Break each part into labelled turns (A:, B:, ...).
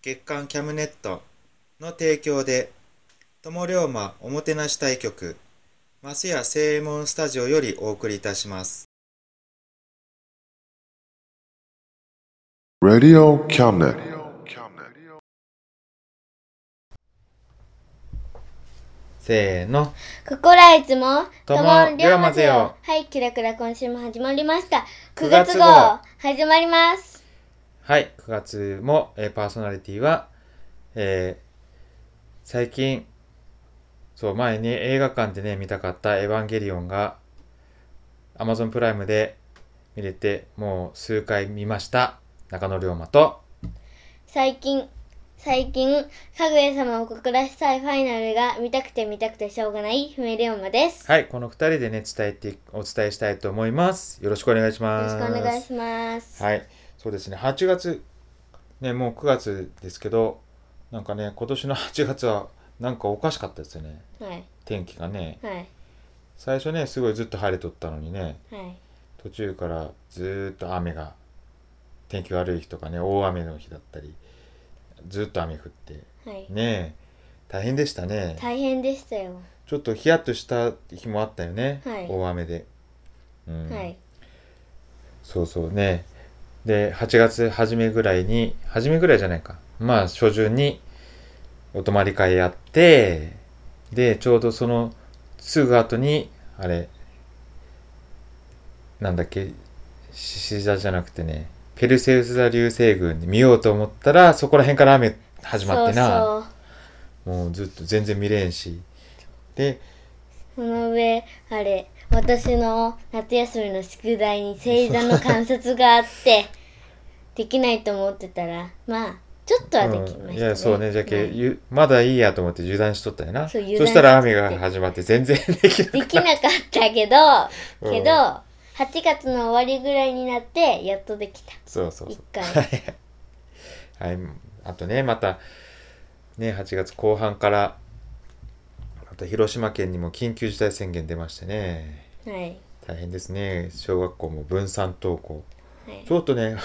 A: 月刊キャムネットの提供で、友龍馬おもてなし対局、マスヤ正右衛門スタジオよりお送りいたします。
B: Radio Cabinet.
A: せーの。
C: ここらいつも、
A: とも
C: りょうまぜ
A: よ
C: はい、キラキラ今週も始まりました。
A: 9
C: 9
A: 月
C: 月
A: 号
C: 号、始まります。
A: はい、9月も、えーパーソナリティは、えー最近、そう、前に映画館でね、見たかったエヴァンゲリオンが、Amazon プライムで見れて、もう数回見ました。中野龍馬と、
C: 最近、最近、かぐや様を告らしたいファイナルが見たくて見たくてしょうがない、ふめりょうまです。
A: はい、この2人でね、伝えて、お伝えしたいと思います。よろしくお願いし
C: よ
A: ま
C: ろ
A: す。
C: しくお願いします。
A: はい、そうですね、8月、ね、もう9月ですけど、なんかね、今年の8月は、なんかおかしかったですよね、
C: はい、
A: 天気がね。
C: はい、
A: 最初ねすごいずっと晴れとったのにね
C: はい。
A: 途中からずーっと雨が天気悪い日とかね大雨の日だったりずーっと雨降って
C: はい、
A: ねえ大変でしたね
C: 大変でしたよ。
A: ちょっとヒヤッとした日もあったよね、
C: はい
A: 大雨で、うん
C: はい、
A: そうそうねで8月初めぐらいに初めぐらいじゃないかまあ初旬にお泊まり会やってでちょうどそのすぐ後にあれなんだっけ獅子座じゃなくてねペルセウス座流星群に見ようと思ったらそこら辺から雨始まってな
C: そうそう。
A: もうずっと全然見れんしで
C: その上、あれ、私の夏休みの宿題に星座の観察があって、 できないと思ってたら、まあ、ちょっとはできましたね。
A: うんいやそうねじゃけ、
C: はい
A: ゆまだいいやと思って油断しとったよな
C: そう
A: そ
C: 油断
A: したら雨が始まって全然できな
C: できなかったけど、
A: うん
C: けど、8月の終わりぐらいになって、やっとできた。
A: そうそう
C: 一
A: そ
C: 回。
A: う。はい。あとね、また、ね、8月後半から、また広島県にも緊急事態宣言出ましてね、
C: はい。
A: 大変ですね。小学校も分散登校。
C: はい
A: ち、ょっとね、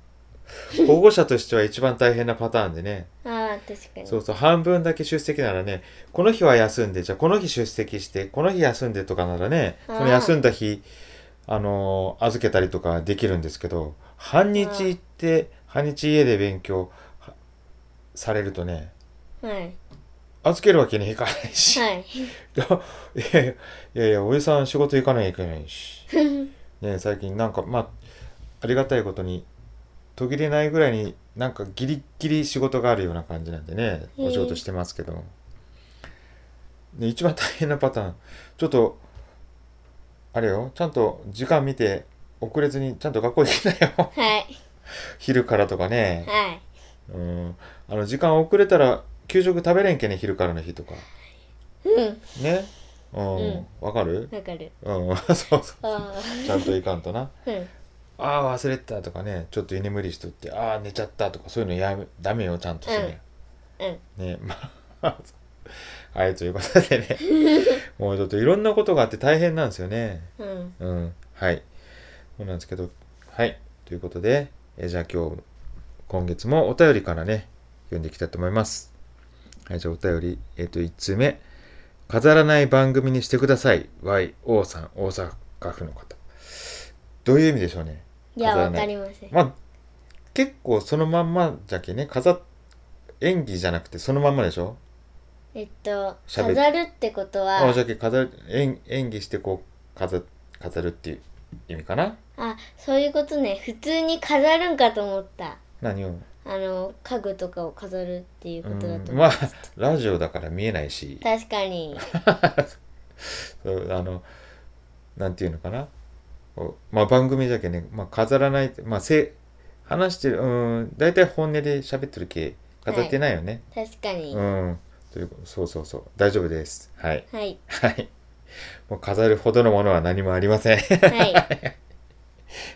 A: 保護者としては一番大変なパターンでね、
C: ああ、確かに。
A: そううそう、半分だけ出席ならね、この日は休んで、じゃあこの日出席して、この日休んでとかならね、その休んだ日、あのー預けたりとかできるんですけど、半日行って、半日家で勉強はされるとね、
C: はい。
A: 預けるわけにいかないし、
C: はい。
A: いやいやいや、おじさん仕事行かなきゃいけない し、ね、最近なんか、まあ、ありがたいことに、途切れないぐらいになんかギリギリ仕事があるような感じなんでね、
C: へえ
A: お仕事してますけど、ね、一番大変なパターン、ちょっと、あれよ、ちゃんと時間見て、遅れずにちゃんと学校行きなよ。
C: はい。
A: 昼からとかね、
C: はい。
A: うん、あの時間遅れたら給食食べれんけね、昼からの日とか。
C: うん。
A: ね、う
C: うん
A: ん、わかる
C: わかる。
A: うん、 そうそう。
C: あ
A: ちゃんといかんとな。
C: あ。うん。
A: ああ、忘れてたとかね、ちょっと居眠りしとって、ああ、寝ちゃったとか、そういうのやめ、ダメよ、ちゃんとする、
C: ううん
A: ね まあはいということで ねもうちょっといろんなことがあって大変なんですよね
C: うん
A: うんはいそうなんですけどはいということでえじゃあ今日今月もお便りからね読んでいきたいと思いますはいじゃあお便りえっ、と1通目飾らない番組にしてください YO さん大阪府の方どういう意味でしょうね
C: いや
A: 飾ら
C: わ
A: ない
C: かりません
A: まあ結構そのまんまじゃけね飾っ演技じゃなくてそのまんまでしょ
C: えっと
A: しゃべ
C: 飾るってこと
A: あ
C: は
A: じゃけ飾る演演技してこう飾飾るっていう意味かな
C: あそういうことね普通に飾るんかと思った
A: 何を
C: あの家具とかを飾るっていうことだと
A: うん
C: 思う
A: まあラジオだから見えないし
C: 確かに
A: そうあのなんていうのかなこうまあ番組だけね、まあ、飾らないまあせ話してるうん大体本音で喋ってるけ飾ってないよね、
C: 確かに、
A: うんというそうそうそう大丈夫ですはい
C: はい
A: はいもう飾るほどのものは何もありません
C: はい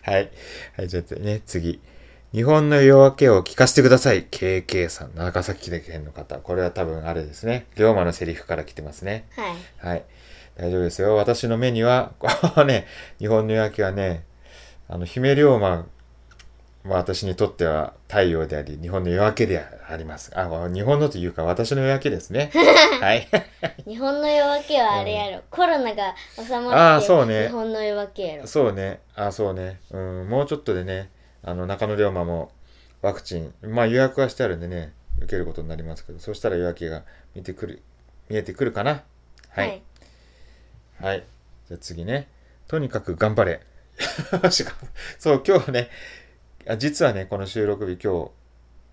A: はいはいじゃあね次日本の夜明けを聞かせてください KK さん長崎県の方これは多分あれですね龍馬のセリフから来てますね
C: はい
A: はい。大丈夫ですよ。私の目には、こうね、日本の夜明けはね、あの、姫龍馬は私にとっては太陽であり、日本の夜明けであります。あ、日本のというか私の夜明けですね。はい。
C: 日本の夜明けはあれやろ、コロナが収ま
A: あ
C: っ
A: ー
C: て
A: そうね
C: 日本の夜明けやろ
A: そうね。あ、そうね。うん、もうちょっとでね、あの、中野龍馬もワクチン、まあ予約はしてあるんでね、受けることになりますけど、そしたら夜明けが見てくる、見えてくるかな。はいはい。じゃあ次ね。とにかく頑張れ。 よしそう、今日ね、あ実はね、この収録日、今日、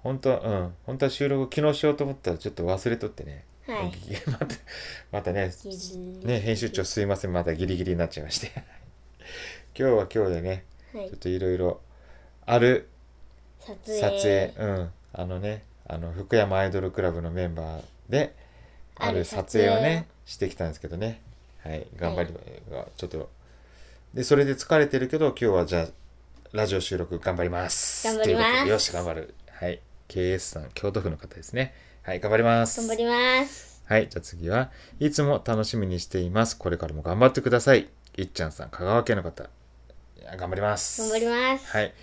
A: 本当は、うん、本当は収録、昨日しようと思ったら、ちょっと忘れとってね。
C: はい
A: また、 またね、
C: ギリギリ
A: ね、編集長すいません、またギリギリになっちゃいまして。 今日は今日でね、
C: はい
A: ちょっといろいろある
C: 撮影
A: 撮影、うん、あのね、あの、福山アイドルクラブのメンバーで、ある撮影をねしてきたんですけどねはい頑張り、ちょっとでそれで疲れてるけど今日はじゃあラジオ収録頑張ります
C: 頑張ります
A: ということでよし頑張るはい KS さん京都府の方ですねはい頑張ります
C: 頑張ります
A: はいじゃあ次はいつも楽しみにしていますこれからも頑張ってくださいいっちゃんさん香川県の方いや頑張ります
C: 頑張ります
A: はい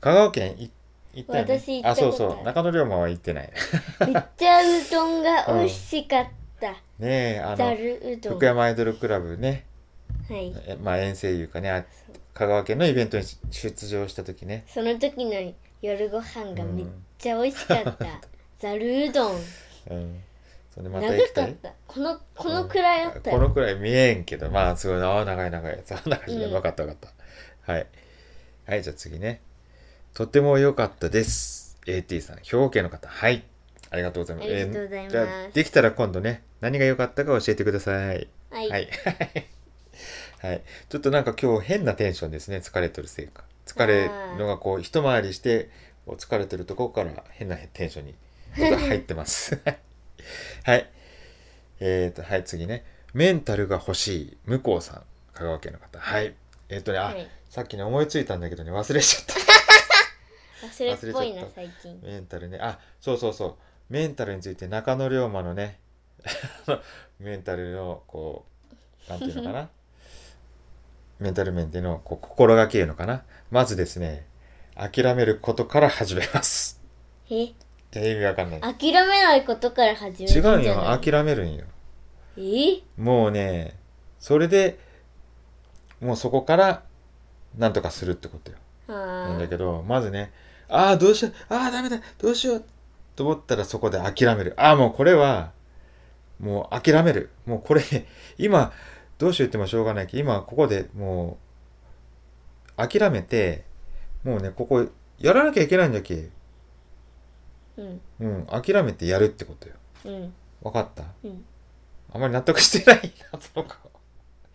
A: 香川県い行ったよね
C: 私行ったこと
A: あそうそう中野龍馬は行ってない
C: めっちゃうどんが美味しかった、
A: ねえあ
C: ざ
A: の
C: るうどん
A: 福山アイドルクラブね
C: はい
A: えまあ遠征いうかねあ香川県のイベントに出場した時ね
C: その時の夜ご飯がめっちゃ美味しかった、 ざるうどん
A: うんそれでまた行
C: 長
A: き
C: か
A: た
C: っ
A: い
C: たこのこのくらいあった
A: こ
C: よ
A: のくらい見えんけどまあすごいなあ長い 長いそんな感じで分かった分かったはいはいじゃあ次ねとても良かったです AT さん兵庫県の方はいありがとうございます
C: ありがとうございます
A: えーじゃあできたら今度ね何が良かったか教えてください
C: はい、
A: はい。はい。ちょっとなんか今日変なテンションですね。疲れてるせいか。疲れのがこう一回りして、こう疲れてるところから変なテンションにちょっと入ってます。 はい。えっ、と、はい、次ね。メンタルが欲しい、向こうさん、香川県の方。はい。えっ、とね、あ、
C: はい
A: さっきね、思いついたんだけどね、忘れちゃった。
C: 忘れっぽ
A: 忘
C: い
A: れちゃ
C: な
A: った
C: 最近
A: メンタルね。あ、そうそうそう。メンタルについて中野龍馬のね、 あのメンタルの、こう、なんていうのかな。メンタル面でのこう心がけいうのかな。まずですね、諦めることから始めます。
C: え
A: じゃ意味わかんない。
C: 諦めないことから始め
A: 違
C: る
A: うんん
C: じゃ
A: よ。
C: ない
A: 諦めるんよ。
C: え
A: もうね、それで、もうそこから、なんとかするってことよ。なん
C: あ
A: だ
C: ー
A: けど、まずね、ああ、どうしよう、ああ、ダメだ、どうしようと思ったらそこで諦める。ああ、もうこれは、もう諦める。もうこれ、 今、どうしよう言ってもしょうがないけど、今ここでもう、諦めて、もうね、ここ、やらなきゃいけないんだっけ。
C: うん
A: うん、諦めてやるってことよ。
C: うん
A: わかった
C: うん
A: あまり納得してないな、その顔。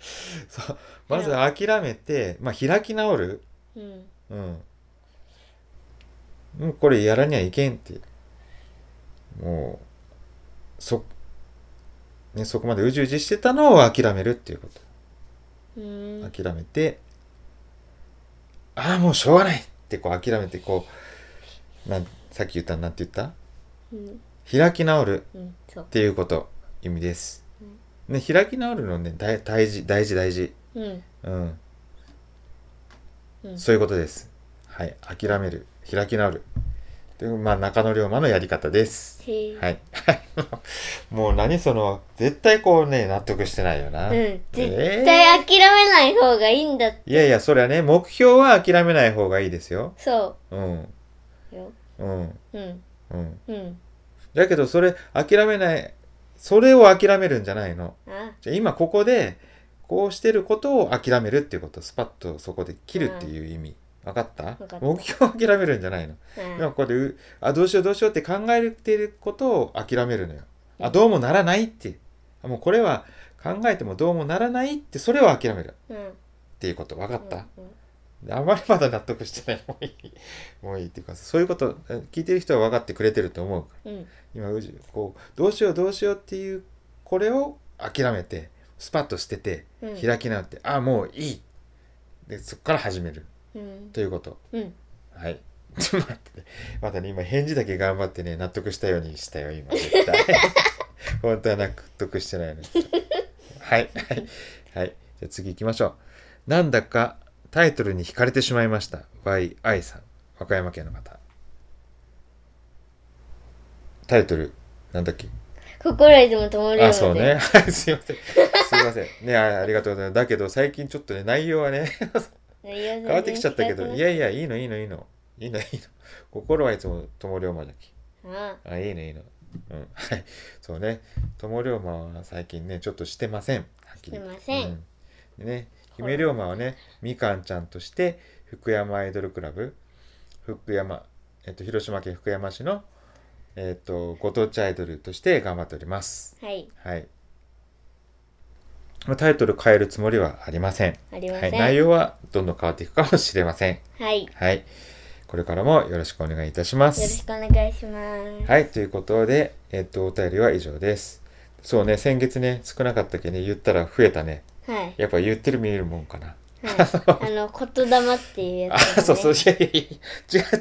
A: そう、まず諦めて、まあ開き直る。
C: うん
A: うん。もうこれやらにゃいけんって。もう、そ、ね、そこまでうじうじしてたのを諦めるっていうこと。
C: うんうん
A: 諦めて、ああ、もうしょうがないってこう諦めて、こう、なん、さっき言った、なんて言った開き直る
C: うん、そう
A: っ。ていうこと意味です、ね開き直るのね大大事大事大事
C: うん。
A: うん、
C: うん
A: そういうことですはい諦める開き直るというまあ中野龍馬のやり方です
C: へえ
A: はい もう何その絶対こうね納得してないよな、
C: うん。絶
A: え
C: 対諦めない方がいいんだ。
A: ーいやいやそれはね目標は諦めない方がいいですよ
C: そ
A: うん
C: う。よ。
A: うん
C: うん。
A: うん
C: うん。
A: だけどそれ諦めないそれを諦めるんじゃないの
C: あ、
A: じゃあ今ここでこうしてることを諦めるっていうことスパッとそこで切るっていう意味、分かった
C: 分かった
A: 目標を諦めるんじゃないの、今
C: あ
A: ここでうあどうしようどうしようって考えてることを諦めるのよあどうもならないってあもうこれは考えてもどうもならないってそれを諦めるっ
C: うん。うん。
A: ていうこと分かった、
C: うん
A: あまりまだ納得してない もういいもういいっていうかそういうことえ聞いてる人は分かってくれてると思う
C: うん。
A: 今宇治こうどうしようどうしようっていうこれを諦めてスパッと捨てて
C: うん
A: 開き直って、あもういいでそこから始める
C: うん。
A: ということ
C: うん。
A: はいちょっと待ってねまたね今返事だけ頑張ってね納得したようにしたよ今絶対本当は納得してないのにはいはいはいじゃあ次行きましょうなんだかタイトルに惹かれてしまいました YI さん和歌山県の方タイトルなんだっけ
C: 心得ても灯り
A: あ、そうね。。はい、すいません。すいません。ね、あありがとうございます。だけど、最近ちょっとね、内容はね、
C: 変
A: 変わってきちゃったけど、いやいや、いいの、いいの、いいの。いいの、いいの。 心はいつも友龍馬だっけ。
C: あ
A: あ、いいの、いいの。うん。 はい。そうね。友龍馬は最近ね、ちょっとしてません。はっきり
C: してません
A: うんでね、姫龍馬はね、みかんちゃんとして、福山アイドルクラブ、福山、えっと、広島県福山市の、えっと、ご当地アイドルとして頑張っております。
C: はい。
A: はい。まあタイトル変えるつもりはありません。
C: ありま
A: は
C: せ
A: い、
C: ん。
A: 内容はどんどん変わっていくかもしれません。
C: はい。よ
A: はい。これからもよろしくお願いいたしま
C: ろし
A: す。
C: くお願いします。
A: はい、ということで、えっと、お便りは以上です。そうね、先月ね、少なかったけどね、言ったら増えたね。
C: はい。
A: やっぱ言ってる見えるもんかな。
C: はい、あの、言霊っていうや
A: あ
C: つ、ね。
A: そうそう、いやいやいや違う違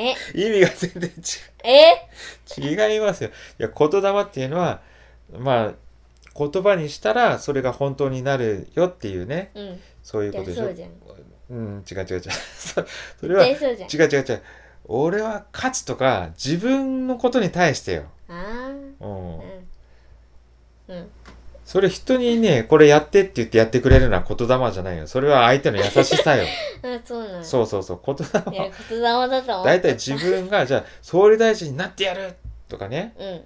C: え、
A: う違う違う。意味が全然違う。
C: え、
A: 違いますよ。いや、言霊っていうのは、まあ、言葉にしたらそれが本当になるよっていうね、
C: うん。
A: そういうことで
C: 絶
A: しょ。
C: 対そうじゃん。
A: うん、違う違 う違う。そそれは、違
C: 絶対そうじゃん。
A: う違う違う。俺は勝つとか、自分のことに対してよ。
C: あ
A: うん
C: あ、うん。うん。
A: それ人にね、これやってって言ってやってくれるのは言霊じゃないよ。それは相手の優しさよ。
C: あ、そうなの。
A: そうそうそう、言霊
C: い
A: は
C: や、言霊だと思う。
A: 大体自分が、じゃあ、総理大臣になってやるとかね。
C: うん。
A: そう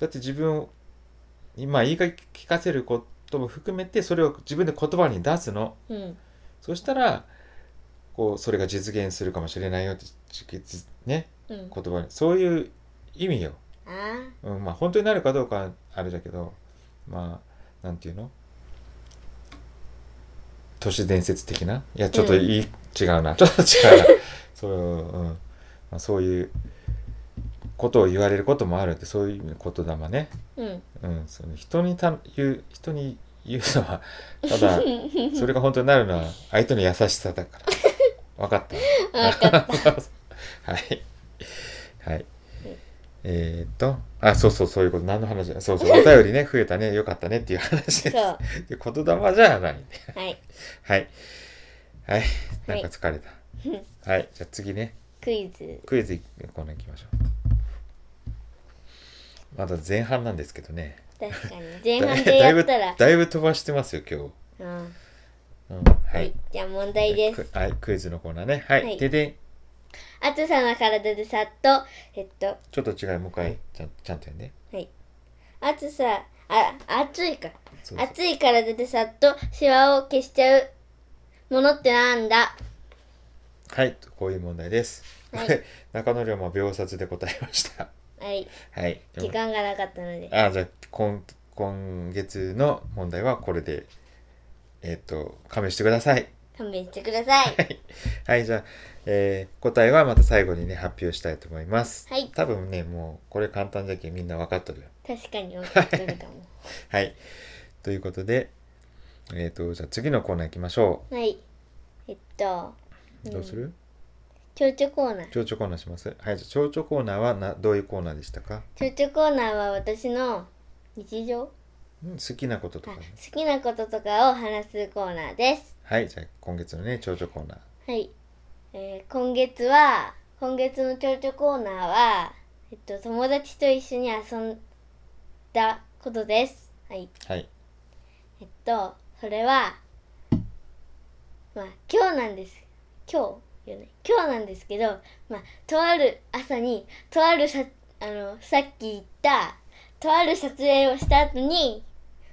A: やって自分を今言い聞かせることも含めてそれを自分で言葉に出すの
C: うん。
A: そしたらこうそれが実現するかもしれないよってじじね
C: うん。
A: 言葉にそういう意味よ、
C: ああ、
A: うん、まあ本当になるかどうかはあれだけどまあなんていうの都市伝説的ないやちょっといい、違うなちょ っと違うなそう、うんまあ、そういうことを言われることもあるってそういう意味の言霊ね
C: うん。
A: うん、その人にた言う人に言うのはただそれが本当になるのは相手の優しさだから分かった
C: わかった。
A: はいはいえー、っとあそうそうそういうこと何の話だそうそうお便りね増えたねよかったねっていう話 です
C: そう。
A: で言霊じゃない
C: はい。
A: はいはいなんか疲れたはい、じゃあ次ね
C: クイズ。
A: クイズコーナー行きましょうまだ前半なんですけどね
C: 確かに。前半でやったら。
A: だいぶ飛ばしてますよ今日
C: うん。
A: うんは
C: はいい。。じゃあ問題です。
A: くはい、クイズのコーナーね。はい。
C: はい
A: ででん
C: 暑さの体でさっと、えっと、
A: ちょっと違い、もう一回、ちゃんちゃんとやんね。
C: はい。暑さ、あ、暑いか。
A: そうそう
C: 暑い体でさっとシワを消しちゃうものってなんだ
A: はい、こういう問題です。
C: はい
A: これ 中野龍馬秒殺で答えました。
C: はい。
A: はい。
C: 時間がなかったので。
A: あ、じゃあ、今、今月の問題はこれで、えっ、と、加盟してください。
C: 勘弁してください。
A: はい、じゃあ、えー答えはまた最後にね、発表したいと思います。
C: はい
A: 多分ね、もう、これ簡単じゃけみんな分かっとるよ。
C: 確かに分かってるかも。
A: はい。ということで、えっ、と、じゃあ次のコーナー行きましょ
C: はい。えっと、
A: う。どうする、
C: 今蝶々コーナー。
A: 蝶々コーナーしますはいじゃあ蝶々コーナーはなどういうコーナーでしたか、
C: 蝶々コーナーは私の日常
A: うん、好きなことと
C: あ
A: か
C: 好
A: ね
C: きなこととかを話すコーナーです。
A: はいじゃあ今月のね蝶々コーナー
C: はい。えー今月は、今月の蝶々コーナーは、えっと、友達と一緒に遊んだことです。はい。
A: はい
C: えっと、それは、まあ、今日なんです。今日よね。今日なんですけど、まあ、とある朝に、とあるさ、あの、さっき言った、とある撮影をした後に、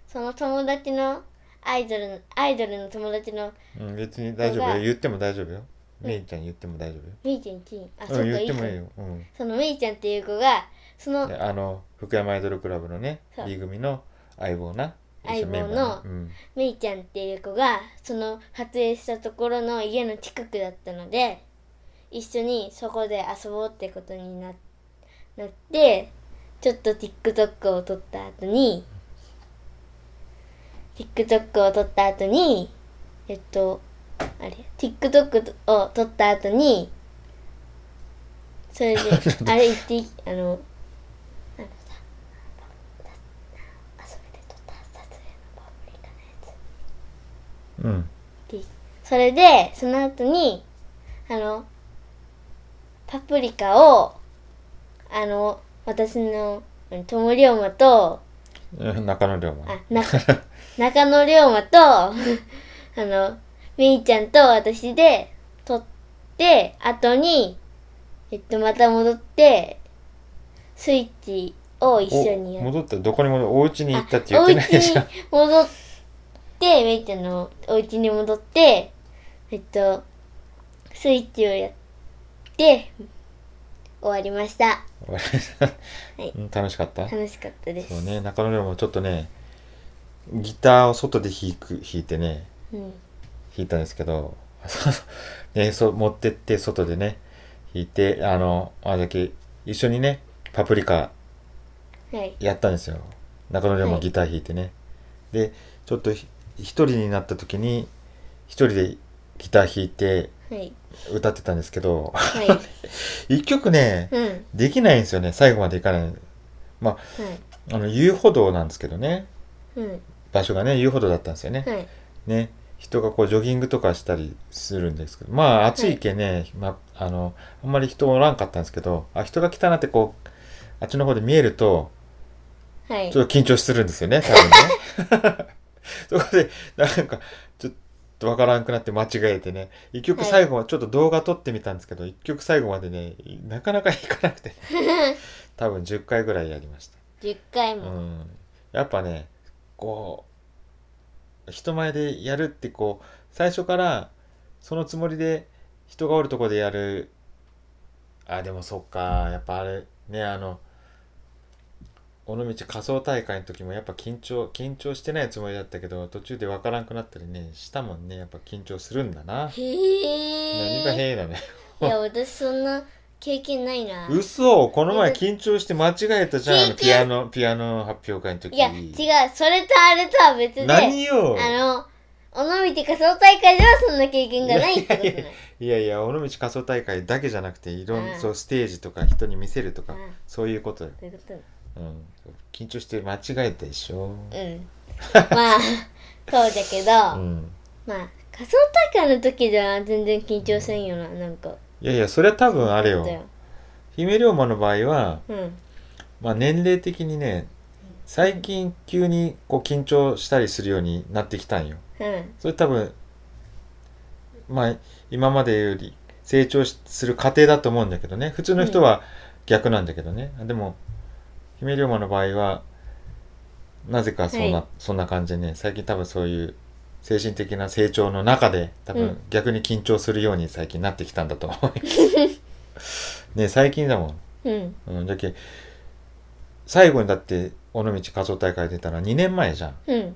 C: その友達の、アイドルの、アイドルの友達の、
A: うん、別に大丈夫
C: これ
A: よ
C: が
A: 言っても大丈夫よめいちゃん言っても大丈夫よ
C: みーちゃんちん、あ、そっ
A: う
C: か、
A: ん、言っ
C: いい
A: て
C: か
A: もいいよ、うん、
C: そのみーちゃんっていう子が、その
A: で、あの福山アイドルクラブのね
C: そう
A: B 組の相棒な
C: 相棒の
A: 一緒メンバーねうん、
C: めいちゃんっていう子がその撮影したところの家の近くだったので一緒にそこで遊ぼうってことにななってちょっと TikTok を撮った後に TikTok を撮った後にえっとあれ TikTok を撮った後にそれであれ言っていいあのあのさ遊びで撮った撮影のパプリカの
A: う
C: やつ
A: ん、
C: それでその後にあのパプリカをあの私の友龍馬と
A: うん中野龍
C: あ
A: 馬
C: な中野龍馬と あのみーちゃんと私で撮って後にえっとまた戻ってスイッチを一緒に
A: お
C: やって
A: 戻ったどこに戻るお家に行ったって言
C: お
A: って
C: 家に
A: ないでしょ
C: 戻って、めいちゃんのお家に戻って、えっと、スイッチをやって、終わりました。
A: わかりました
C: い
A: うん楽しかった
C: 楽しかったです。
A: そうね中野龍馬ちょっとねギターを外で弾く弾いてね
C: うん、
A: 弾いたんですけど ね、そう持ってって外でね弾いてあのあれだけ一緒にねパプリカ
C: はい。
A: やったんですよ中野龍馬ギター弾いてね、でちょっとひ一人になった時に一人でギター弾いて
C: はい。
A: 歌ってたんですけど
C: はい。
A: 一曲ね
C: うん。はい。
A: できないんですよね最後までいかないまああの遊歩道なんですけどね
C: うん。
A: 場所がね遊歩道だったんですよね、
C: はい。
A: ね人がこうジョギングとかしたりするんですけどまあ暑いけね、まあのあんまり人おらんかったんですけどあ人が来たなってこうあっちの方で見えると
C: はい
A: ち。ょっと緊張するんですよ ね、多分ね。 そこで、なんか、ちょっとわからんくなって間違えてね、一曲最後はちょっと動画撮ってみたんですけど、一曲最後までね、なかなかいかなくて、ね、多分10回ぐらいやりまし
C: 10回
A: た。う
C: も。
A: ん。やっぱね、こう、人前でやるってこう、最初からそのつもりで人がおるとこでやる、あ、でもそっか、やっぱあれ、ね、あの、尾道仮装大会の時もやっぱ緊張緊張してないつもりだったけど途中でわからんくなったりねしたもんねやっぱ緊張するんだな何が
C: へえ。
A: 変なのよ
C: いや、私そんな経験ないな。
A: 嘘この前緊張して間違えたじゃ
C: 緊
A: ん
C: 張
A: ピアノピアノ発表会の時
C: いや、違う。それとあれとは別で。
A: 何よ
C: あの、尾道仮想大会ではそんな経験がないってことない。
A: いやいや尾道仮装大会だけじゃなくていろん
C: うん
A: そうステージとか人に見せるとか
C: うん
A: そういうことよ、
C: ということね
A: うん、緊張して間違えたでしょ
C: うん。まあ、そうだけ
A: う
C: ど、
A: ん
C: まあ、仮想大会の時では全然緊張せんよな、なんか。
A: いやいやそれは多分あれ
C: だ
A: よ
C: よ。
A: 姫龍馬の場合は
C: うん。
A: まあ、年齢的にね最近急にこう緊張したりするようになってきたんよ
C: うん。
A: それ多分まあ今までより成長しする過程だと思うんだけどね普通の人は逆なんだけどね、でも姫龍馬の場合はなぜかそんな、
C: はい
A: そんな感じでね最近多分そういう精神的な成長の中で多
C: う
A: 分
C: ん
A: 逆に緊張するように最近なってきたんだと思います、 ね最近だもん
C: うん。
A: うん、だけ最後にだって尾道仮装大会出たのは2年前じゃん
C: うん。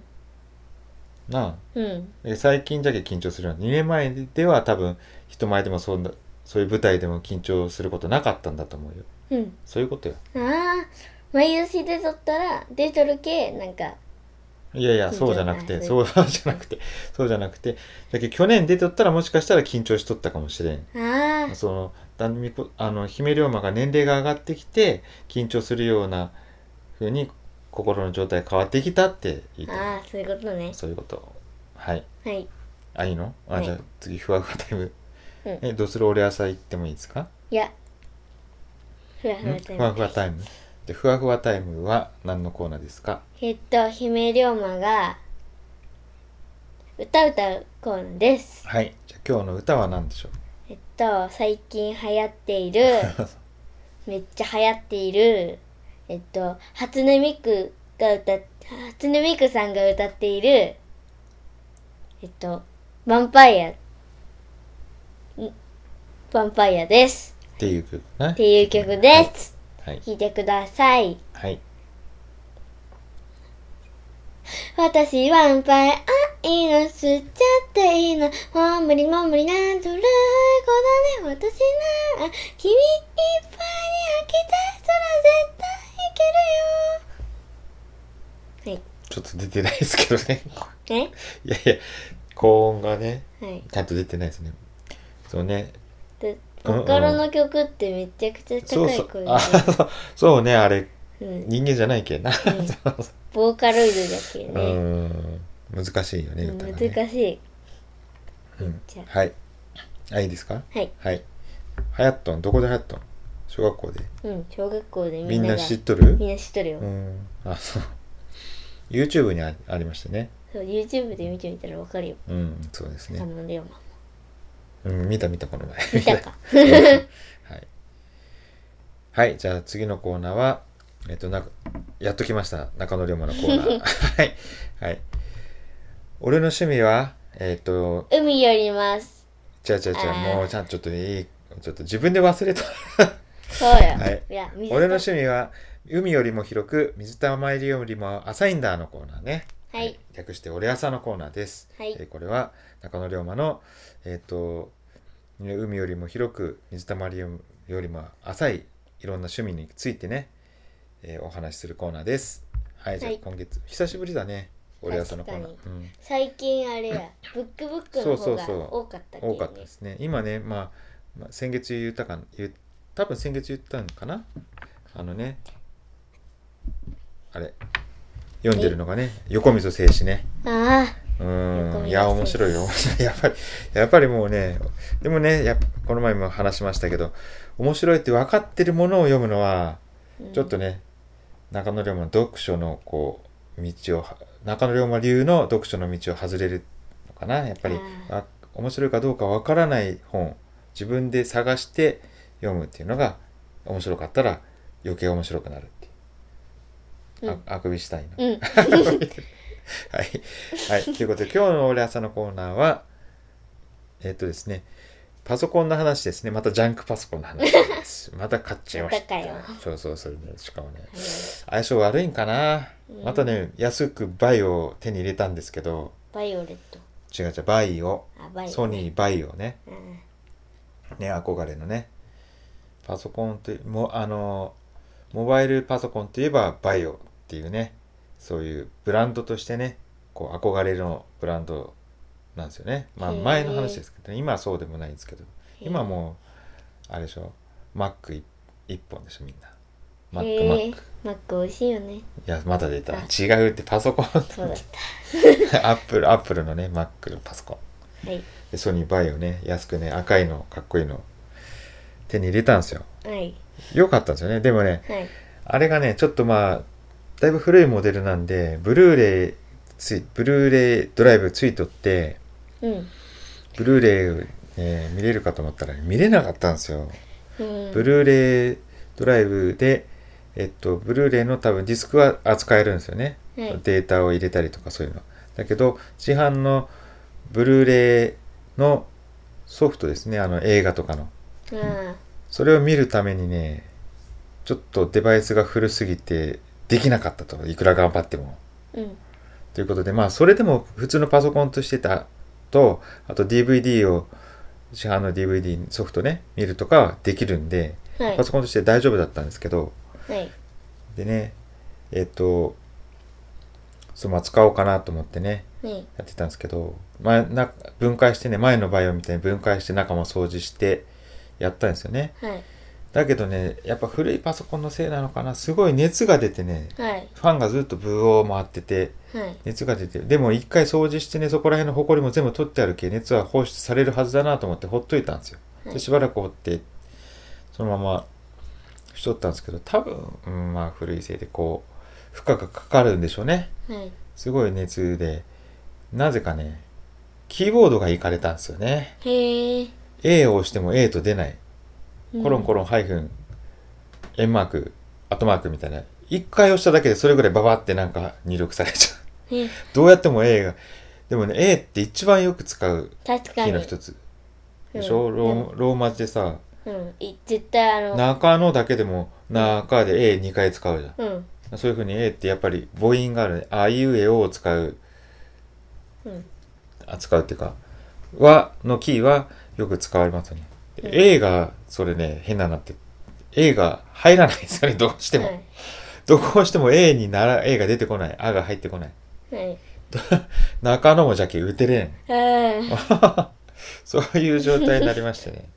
A: な
C: うん。
A: あで最近だけ緊張するのは2年前では多分人前でもそんなそういう舞台でも緊張することなかったんだと思うよ
C: うん。
A: そういうことよ
C: ああ、眉しで撮ったら、出とるけ、なんか、
A: いやいや、
C: 緊張
A: そうじゃなくて、
C: あ
A: そうじゃなくて、そうじゃなくて、だけど去年出とったらもしかしたら緊張しとったかもしれん。
C: ああ
A: その、だみこ、あの、姫龍馬が年齢が上がってきて、緊張するような風に心の状態が変わってきたって言いたい。
C: ああそういうことね
A: そういうこと。はい。
C: はい
A: あ、いいのあ、
C: はい
A: じゃあ次、ふわふわタイム。
C: うん
A: え、どうする俺朝行ってもいいですか
C: いやふわ
A: ん
C: ふわタ
A: ふ
C: イ
A: わ
C: ム
A: ふわタイム。で、ふわふわタイムは何のコーナーですか
C: えっと姫龍馬が歌う歌うコーナーです
A: はい。じゃあ今日の歌は何でしょう
C: えっと最近流行っている めっちゃ流行っているえっと初音ミクが歌っ初音ミクさんが歌っているえっとヴァンパイアんヴァンパイアです
A: っていう曲ね
C: っ。ていう曲です
A: はい。
C: 聴いてください
A: はい。
C: 私はンパイあいいの吸っちゃっていいのもう無理もう無理なんとらい子だね私なら君いっぱいに吐き出したら絶対い
A: ちょっと出てないですけどね。
C: けるよはい
A: いやいや、高音がね、
C: えはい
A: ちゃんと出てないですね。そうね。
C: で
A: うんうん
C: ボカロの曲ってめちゃくちゃ
A: そ
C: 高
A: う
C: い
A: そう
C: 声。で
A: あ、そうそうね、あれ、
C: うん、
A: 人間じゃないけんな。 そうそ
C: ボーカロイドだけ
A: う
C: ね、
A: うん。難しいよね、
C: うん
A: 歌が、ね。
C: 難しい、
A: うん
C: じゃ
A: はい。あ、いいですか
C: あはい、
A: はい。流行ったんどこで流行ったん小学校で。
C: うん、小学校でみ
A: み
C: ん
A: ん
C: な
A: な
C: が
A: 知っとる
C: みんな知っとるよ、
A: うん。あ、そう。YouTube にあありましたね。
C: そう YouTube で見てみたらわかるよ
A: うん、そうですね
C: 頼。んでよ
A: うん、見た 見たこの前。
C: 見 たか
A: はい。はい、じゃあ次のコーナーは、えっと、なんか、やっときました。中野龍馬のコーナ ー。はい。はい。俺の趣味は、えっと、
C: 海よります
A: 違う違う違
C: あー
A: う、もうちゃんちょっといい、ちょっと自分で忘れた。
C: そうよ、
A: はい
C: いや水
A: 俺の趣味は、海よりも広く、水たまりよりも浅いんだのコーナーね。
C: はい。
A: 略して、俺朝のコーナーです。
C: はい
A: えーこれは、中野龍馬の、えっ、と、海よりも広く、水たまりよりも浅い、いろんな趣味についてね、えーお話しするコーナーです。はい、じゃあ
C: はい
A: 今月、久しぶりだね。俺朝のコーナー
C: 確。
A: うん
C: 最近あれやブックブックの方が多かったけど
A: 多
C: ね
A: かったですね。今ね、まあ、まあ先月言ったか、言う多分先月言ったんかな。あのね、あれ、読んでるのがね、横溝静止ね。
C: あ
A: う
C: 横
A: ーん、
C: 溝静止
A: いや、面白いよ。面白い やっぱり、やっぱりもうね、でもね、やっこの前も話しましたけど、面白いって分かってるものを読むのは、
C: あ
A: ちょっとね、中野龍馬の読書のこう道をは中野龍馬流の読書の道を外れるのかなやっぱり
C: あ
A: あ面白いかどうかわからない本自分で探して読むっていうのが面白かったら余計面白くなるっていう、ああくびしたいな、
C: うん
A: はい、はい、ということで今日の「俺朝」のコーナーはえっとですねパソコンの話ですねまたジャンクパソコンの話です また買っちゃいまし
C: また
A: た
C: かよ
A: そうそうそうしかもね相性悪いんかな、
C: うん
A: またね安くバイを手に入れたんですけど
C: バイオレット
A: 違う違うバイを
C: あバイオ
A: ソニーバイをね
C: うん
A: ね憧れのねパソコンというもあのモバイルパソコンといえばバイオっていうねそういうブランドとしてねこう憧れのブランドなんですよねまあ
C: へー
A: 前の話ですけど、ね、今はそうでもないんですけど今はもうあれでしょ Mac1 本でしょみんな Mac
C: へ
A: Mac
C: えマック美味しいよね
A: いやまだ出た
C: あ
A: 違うってパソコン
C: そうだっ
A: アップルアップルのね Mac のパソコン
C: たはい
A: でソニーバイオね安くね赤いのかっこいいの手に入れたんですよ
C: はい
A: 良かったんですよねでもね
C: はい
A: あれがねちょっとまあだいぶ古いモデルなんでブルーレイついブルーレイドライブついとって
C: うん
A: ブルーレイ、えー見れるかと思ったら見れなかったんですよ
C: うん
A: ブルーレイドライブでえっとブルーレイの多分ディスクは扱えるんですよね、
C: はい
A: データを入れたりとかそういうのだけど市販のブルーレイのソフトですねあの映画とかの
C: あ
A: それを見るためにねちょっとデバイスが古すぎてできなかったといくら頑張っても
C: ーうん
A: ということでまあそれでも普通のパソコンとしてたとあと DVD を市販の DVD ソフトね見るとかはできるんで、
C: はい
A: パソコンとして大丈夫だったんですけど
C: はい
A: でねえっとそう、まあ、使おうかなと思ってね、
C: うん
A: やってたんですけど、まあ、な分解してね、前のバイオみたいに分解して中も掃除してやったんですよね。
C: はい
A: だけどね、やっぱ古いパソコンのせいなのかな、すごい熱が出てね、
C: はい
A: ファンがずっとブオー回ってて、
C: はい
A: 熱が出てでも一回掃除してねそこら辺のホコリも全部取ってあるけ熱は放出されるはずだなと思ってほっといたんですよ
C: は
A: で
C: い
A: しばらく放ってそのまましとったんですけど多分、うん、まあ古いせいでこう負荷がかかるんでしょうね
C: はい
A: すごい熱でなぜかねキーボードがいかれたんですよね
C: へえ
A: A を押しても A と出ないコロンコ
C: ロ
A: ロンハイフン円マーク後マークみたいな一回押しただけでそれぐらいババってなんか入力されちゃう
C: ね
A: どうやっても A が。でもね、A って一番よく使う
C: 確
A: キ
C: か
A: ーの
C: に
A: 一つ。でしょ、
C: うん
A: ローローマ字でさ、
C: うんい絶対あの
A: 中のだけでも、中で A2 回使うじゃ
C: うん
A: ん。そういう風に A ってやっぱり母音があるね。あいうえおを使う、
C: うん
A: 扱うっていうか、は、のキーはよく使われますよね。で
C: うん
A: A が、それね、変ななって、A が入らないんですよね、どうしても。
C: はい
A: どうしても A になら、A が出てこない。A が入ってこない。
C: はい
A: 中野もじゃけ打てれん。
C: あ
A: そういう状態になりましてね。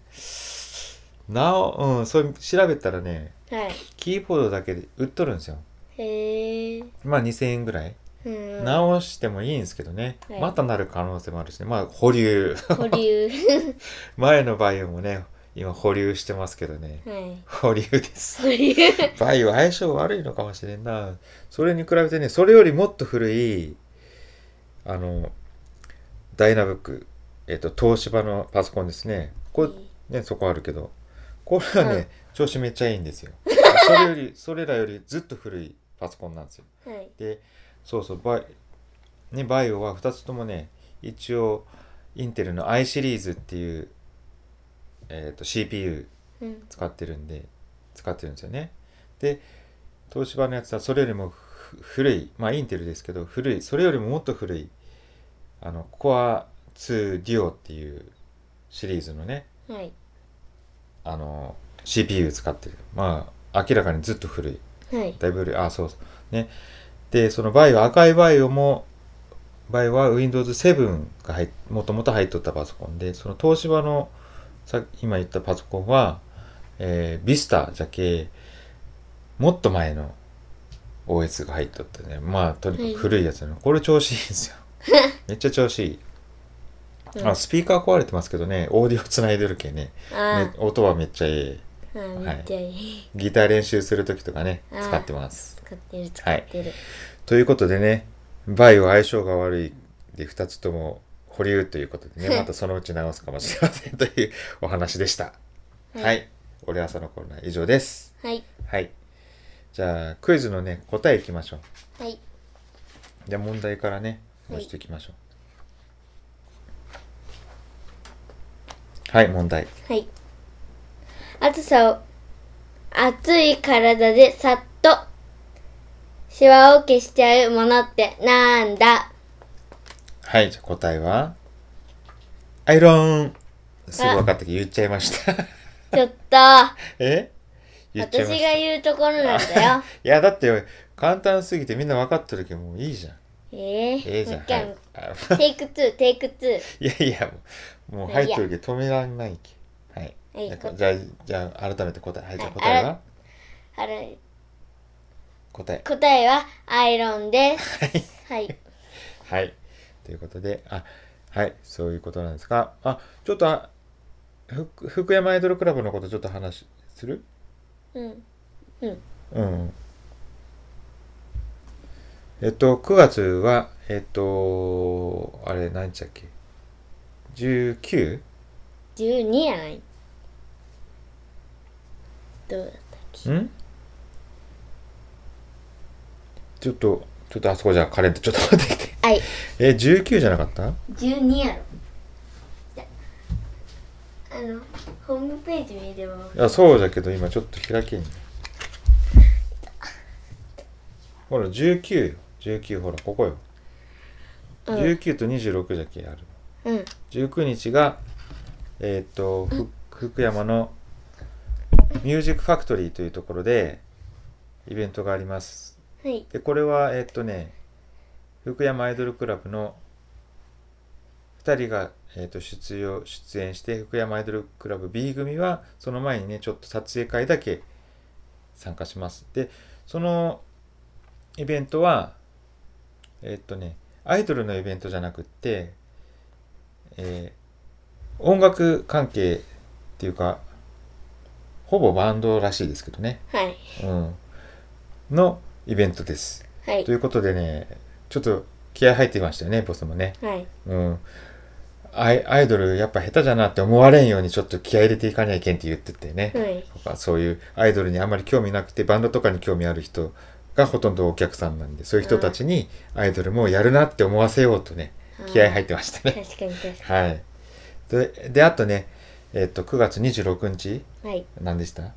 A: なお、うん、それ調べたらね、
C: ーはい
A: キーボードだけで売っとるんですよ。
C: へえ
A: まあ2000円ぐらい。
C: うん
A: 直してもいいんですけどね。
C: はい
A: またなる可能性もあるしね。まあ保留。
C: 保留
A: 前のバイオもね、今保留してますけどね。
C: はい
A: 保留です。
C: 保留
A: バイオ相性悪いのかもしれんな。それに比べてね、それよりもっと古い、あの、ダイナブック、えっ、と、東芝のパソコンですね。これね、そこあるけど、これはね、
C: うん
A: 調子めっちゃいいんですよ。それより、それらよりずっと古いパソコンなんですよ。
C: はい
A: で、そうそう、バイ,、ね、バイオは2つともね、一応、インテルの i シリーズっていう、えー、と CPU
C: うん
A: 使ってるんで、使ってるんですよね。で、東芝のやつはそれよりもふ古い、まあインテルですけど、古い、それよりももっと古い、あの、Core 2 Duo っていうシリーズのね、
C: はい
A: あの CPU 使ってるまあ明らかにずっと古い
C: はい
A: だいぶ古いあそうそうねでそのバイオ赤いバイオもバイオは Windows7 が入っもともと入っとったパソコンでその東芝のさ今言ったパソコンは、えー、Vista じゃけもっと前の OS が入っとってねまあとにかく古いやつなの、これ調子いいんです よめっちゃ調子いい、
C: うん
A: あスピーカー壊れてますけどねオーディオつないでるけね
C: あ
A: め音はめっちゃいい
C: ーあーめっちゃいい
A: ギター練習する時とかね
C: あー
A: 使ってます
C: 使ってる使ってる
A: ということでねバイオ相性が悪いで2つとも保留ということでねまたそのうち直すかもしれませんというお話でしたはい、俺朝のコーナー以上です
C: はい
A: はいじゃあクイズのね答えいきましょう
C: はい
A: じゃあ問題からね
C: はい
A: 出していきましょうはい、問題
C: はい。暑さを、暑い体でさっと、シワを消しちゃうものってなんだ
A: はいじゃあ答えはアイロンすぐ分かったけど言っちゃいました
C: ちょっと、私
A: え言っちゃい
C: が
A: ました
C: 言うところなんだ よ。
A: いやだって簡単すぎてみんな分かってるけどもういいじゃんえ
C: え
A: え
C: ー、
A: じ
C: も
A: ゃ
C: うん一
A: はい
C: 回も、
A: あ
C: テイク2、テイク2。
A: いやいやもうもう入ってるけど止められないけはい
C: はい
A: じゃあ
C: こ
A: じゃあじゃあ改めて答えはいじゃあ
C: はい
A: 答え
C: あ
A: は
C: あれ、
A: 答え
C: 答えはアイロンです。はい。
A: はいということであはいそういうことなんですかあちょっとあふく福山アイドルクラブのことちょっと話する
C: うん。
A: うん。えっと、9月は、えっと、あれ、何日だっけ ?19?
C: 12やないどうだったっけ
A: んちょっと、ちょっとあそこじゃあカレンダーちょっと待ってきて。
C: はい。
A: え、19じゃなかった
C: 12やろじゃあのホームページ見ればわか
A: いや、そうじゃけど、今ちょっと開けんね。ほら、19よ。19、ほら、ここよ。
C: うん
A: 19と26じゃけある。
C: るうん
A: 19日が、えーっとふ福山のミュージックファクトリーというところでイベントがあります
C: はい
A: でこれはえーっとね福山アイドルクラブの2人が、えー、と出場出演して福山アイドルクラブ B 組はその前にねちょっと撮影会だけ参加しますでそのイベントはえっ、とねアイドルのイベントじゃなくって、えー音楽関係っていうかほぼバンドらしいですけどね、
C: はい
A: うん、のイベントです
C: はい
A: ということでねちょっと気合入ってましたよねボスもね
C: はい
A: うんアイアイドルやっぱ下手だなって思われんようにちょっと気合入れていかにゃいけんって言っててね、
C: はい
A: とかそういうアイドルにあまり興味なくてバンドとかに興味ある人がほとんどお客さんなんでそういう人たちにアイドルもやるなって思わせようとね気合入ってましたね。
C: 確かに確かに
A: はい、でであとね、えっと9月26日
C: はい
A: 何でした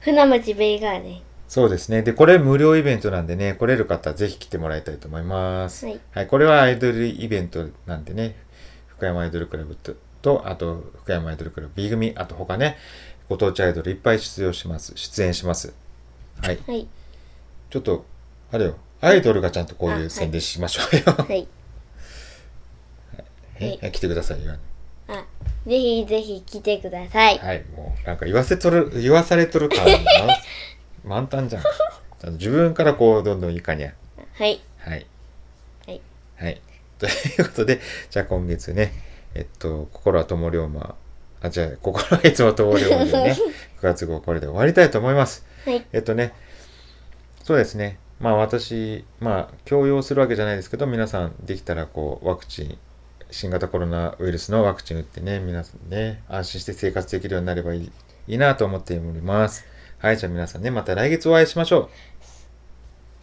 C: 船町ベイガーデン
A: そうですねでこれ無料イベントなんでね来れる方ぜひ来てもらいたいと思います。
C: はい
A: はい、これはアイドルイベントなんでね、福山アイドルクラブと、とあと福山アイドルクラブ B 組、あと他ね、ご当地アイドルいっぱい出場します、出演します。はい、
C: はい
A: ちょっと、あれよ、アイドルがちゃんとこう
C: あ
A: い
C: は
A: う
C: い
A: 宣伝しましょうよ。
C: はいはい
A: え来てくださいよ。
C: あぜひぜひ来てください
A: はい、もうなんか言わせとる、言わされとるから、 満満タンじゃん。あの自分からこう、どんどんいかにゃ。
C: はい
A: はい。
C: はい。
A: はい。 ということで、じゃあ今月ね、えっと、心は友龍馬、あ、じゃあ、心はいつも友龍馬でね、9月号これで終わりたいと思います。
C: はい
A: えっとね、そうですね、まあ私、まあ、強要するわけじゃないですけど、皆さんできたらこう、ワクチン、新型コロナウイルスのワクチン打ってね、皆さんね、安心して生活できるようになればいいいいなと思っております。はい、じゃあ皆さんね、また来月お会いしましょう。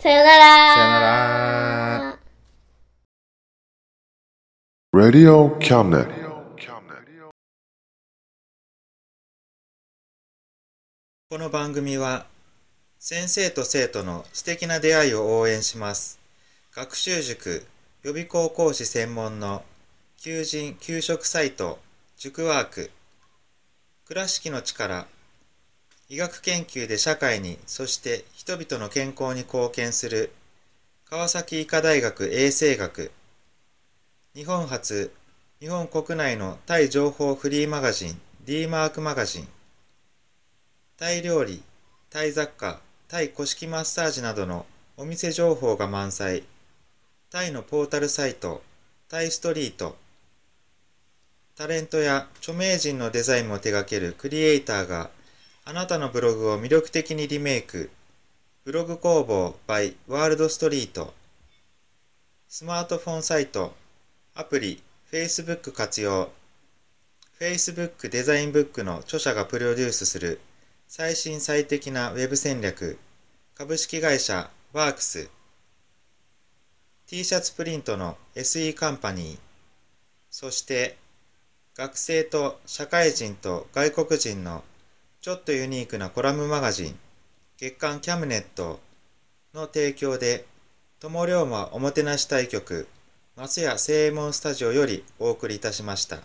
C: さよなら
A: さよなら
B: Radio Camnet. Radio Camnet.
A: この番組は先生と生徒の素敵な出会いを応援します学習塾予備校講師専門の求人・給食サイト塾ワーク倉敷の力医学研究で社会にそして人々の健康に貢献する川崎医科大学衛生学日本初日本国内のタイ情報フリーマガジン D マークマガジンタイ料理、タイ雑貨、タイ古式マッサージなどのお店情報が満載。タイのポータルサイト、タイストリート。タレントや著名人のデザインも手掛けるクリエイターがあなたのブログを魅力的にリメイク。ブログ工房 by ワールドストリート。スマートフォンサイト、アプリ、Facebook 活用。Facebook デザインブックの著者がプロデュースする最新最適なウェブ戦略株式会社ワークス T シャツプリントの SE カンパニーそして学生と社会人と外国人のちょっとユニークなコラムマガジン月刊キャムネットの提供で友龍馬おもてなし対局松屋正右衛門スタジオよりお送りいたしました。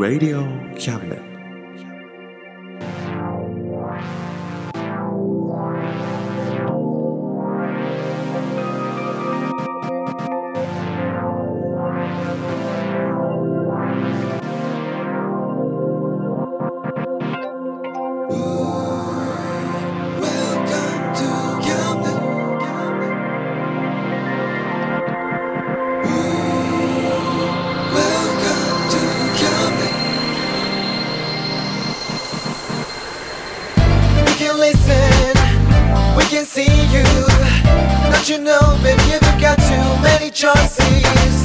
B: Radio Cabinet.
D: Welcome to Camden. Welcome to Camden. We can listen, we can see you. Don't you know, baby, you've got too many choices.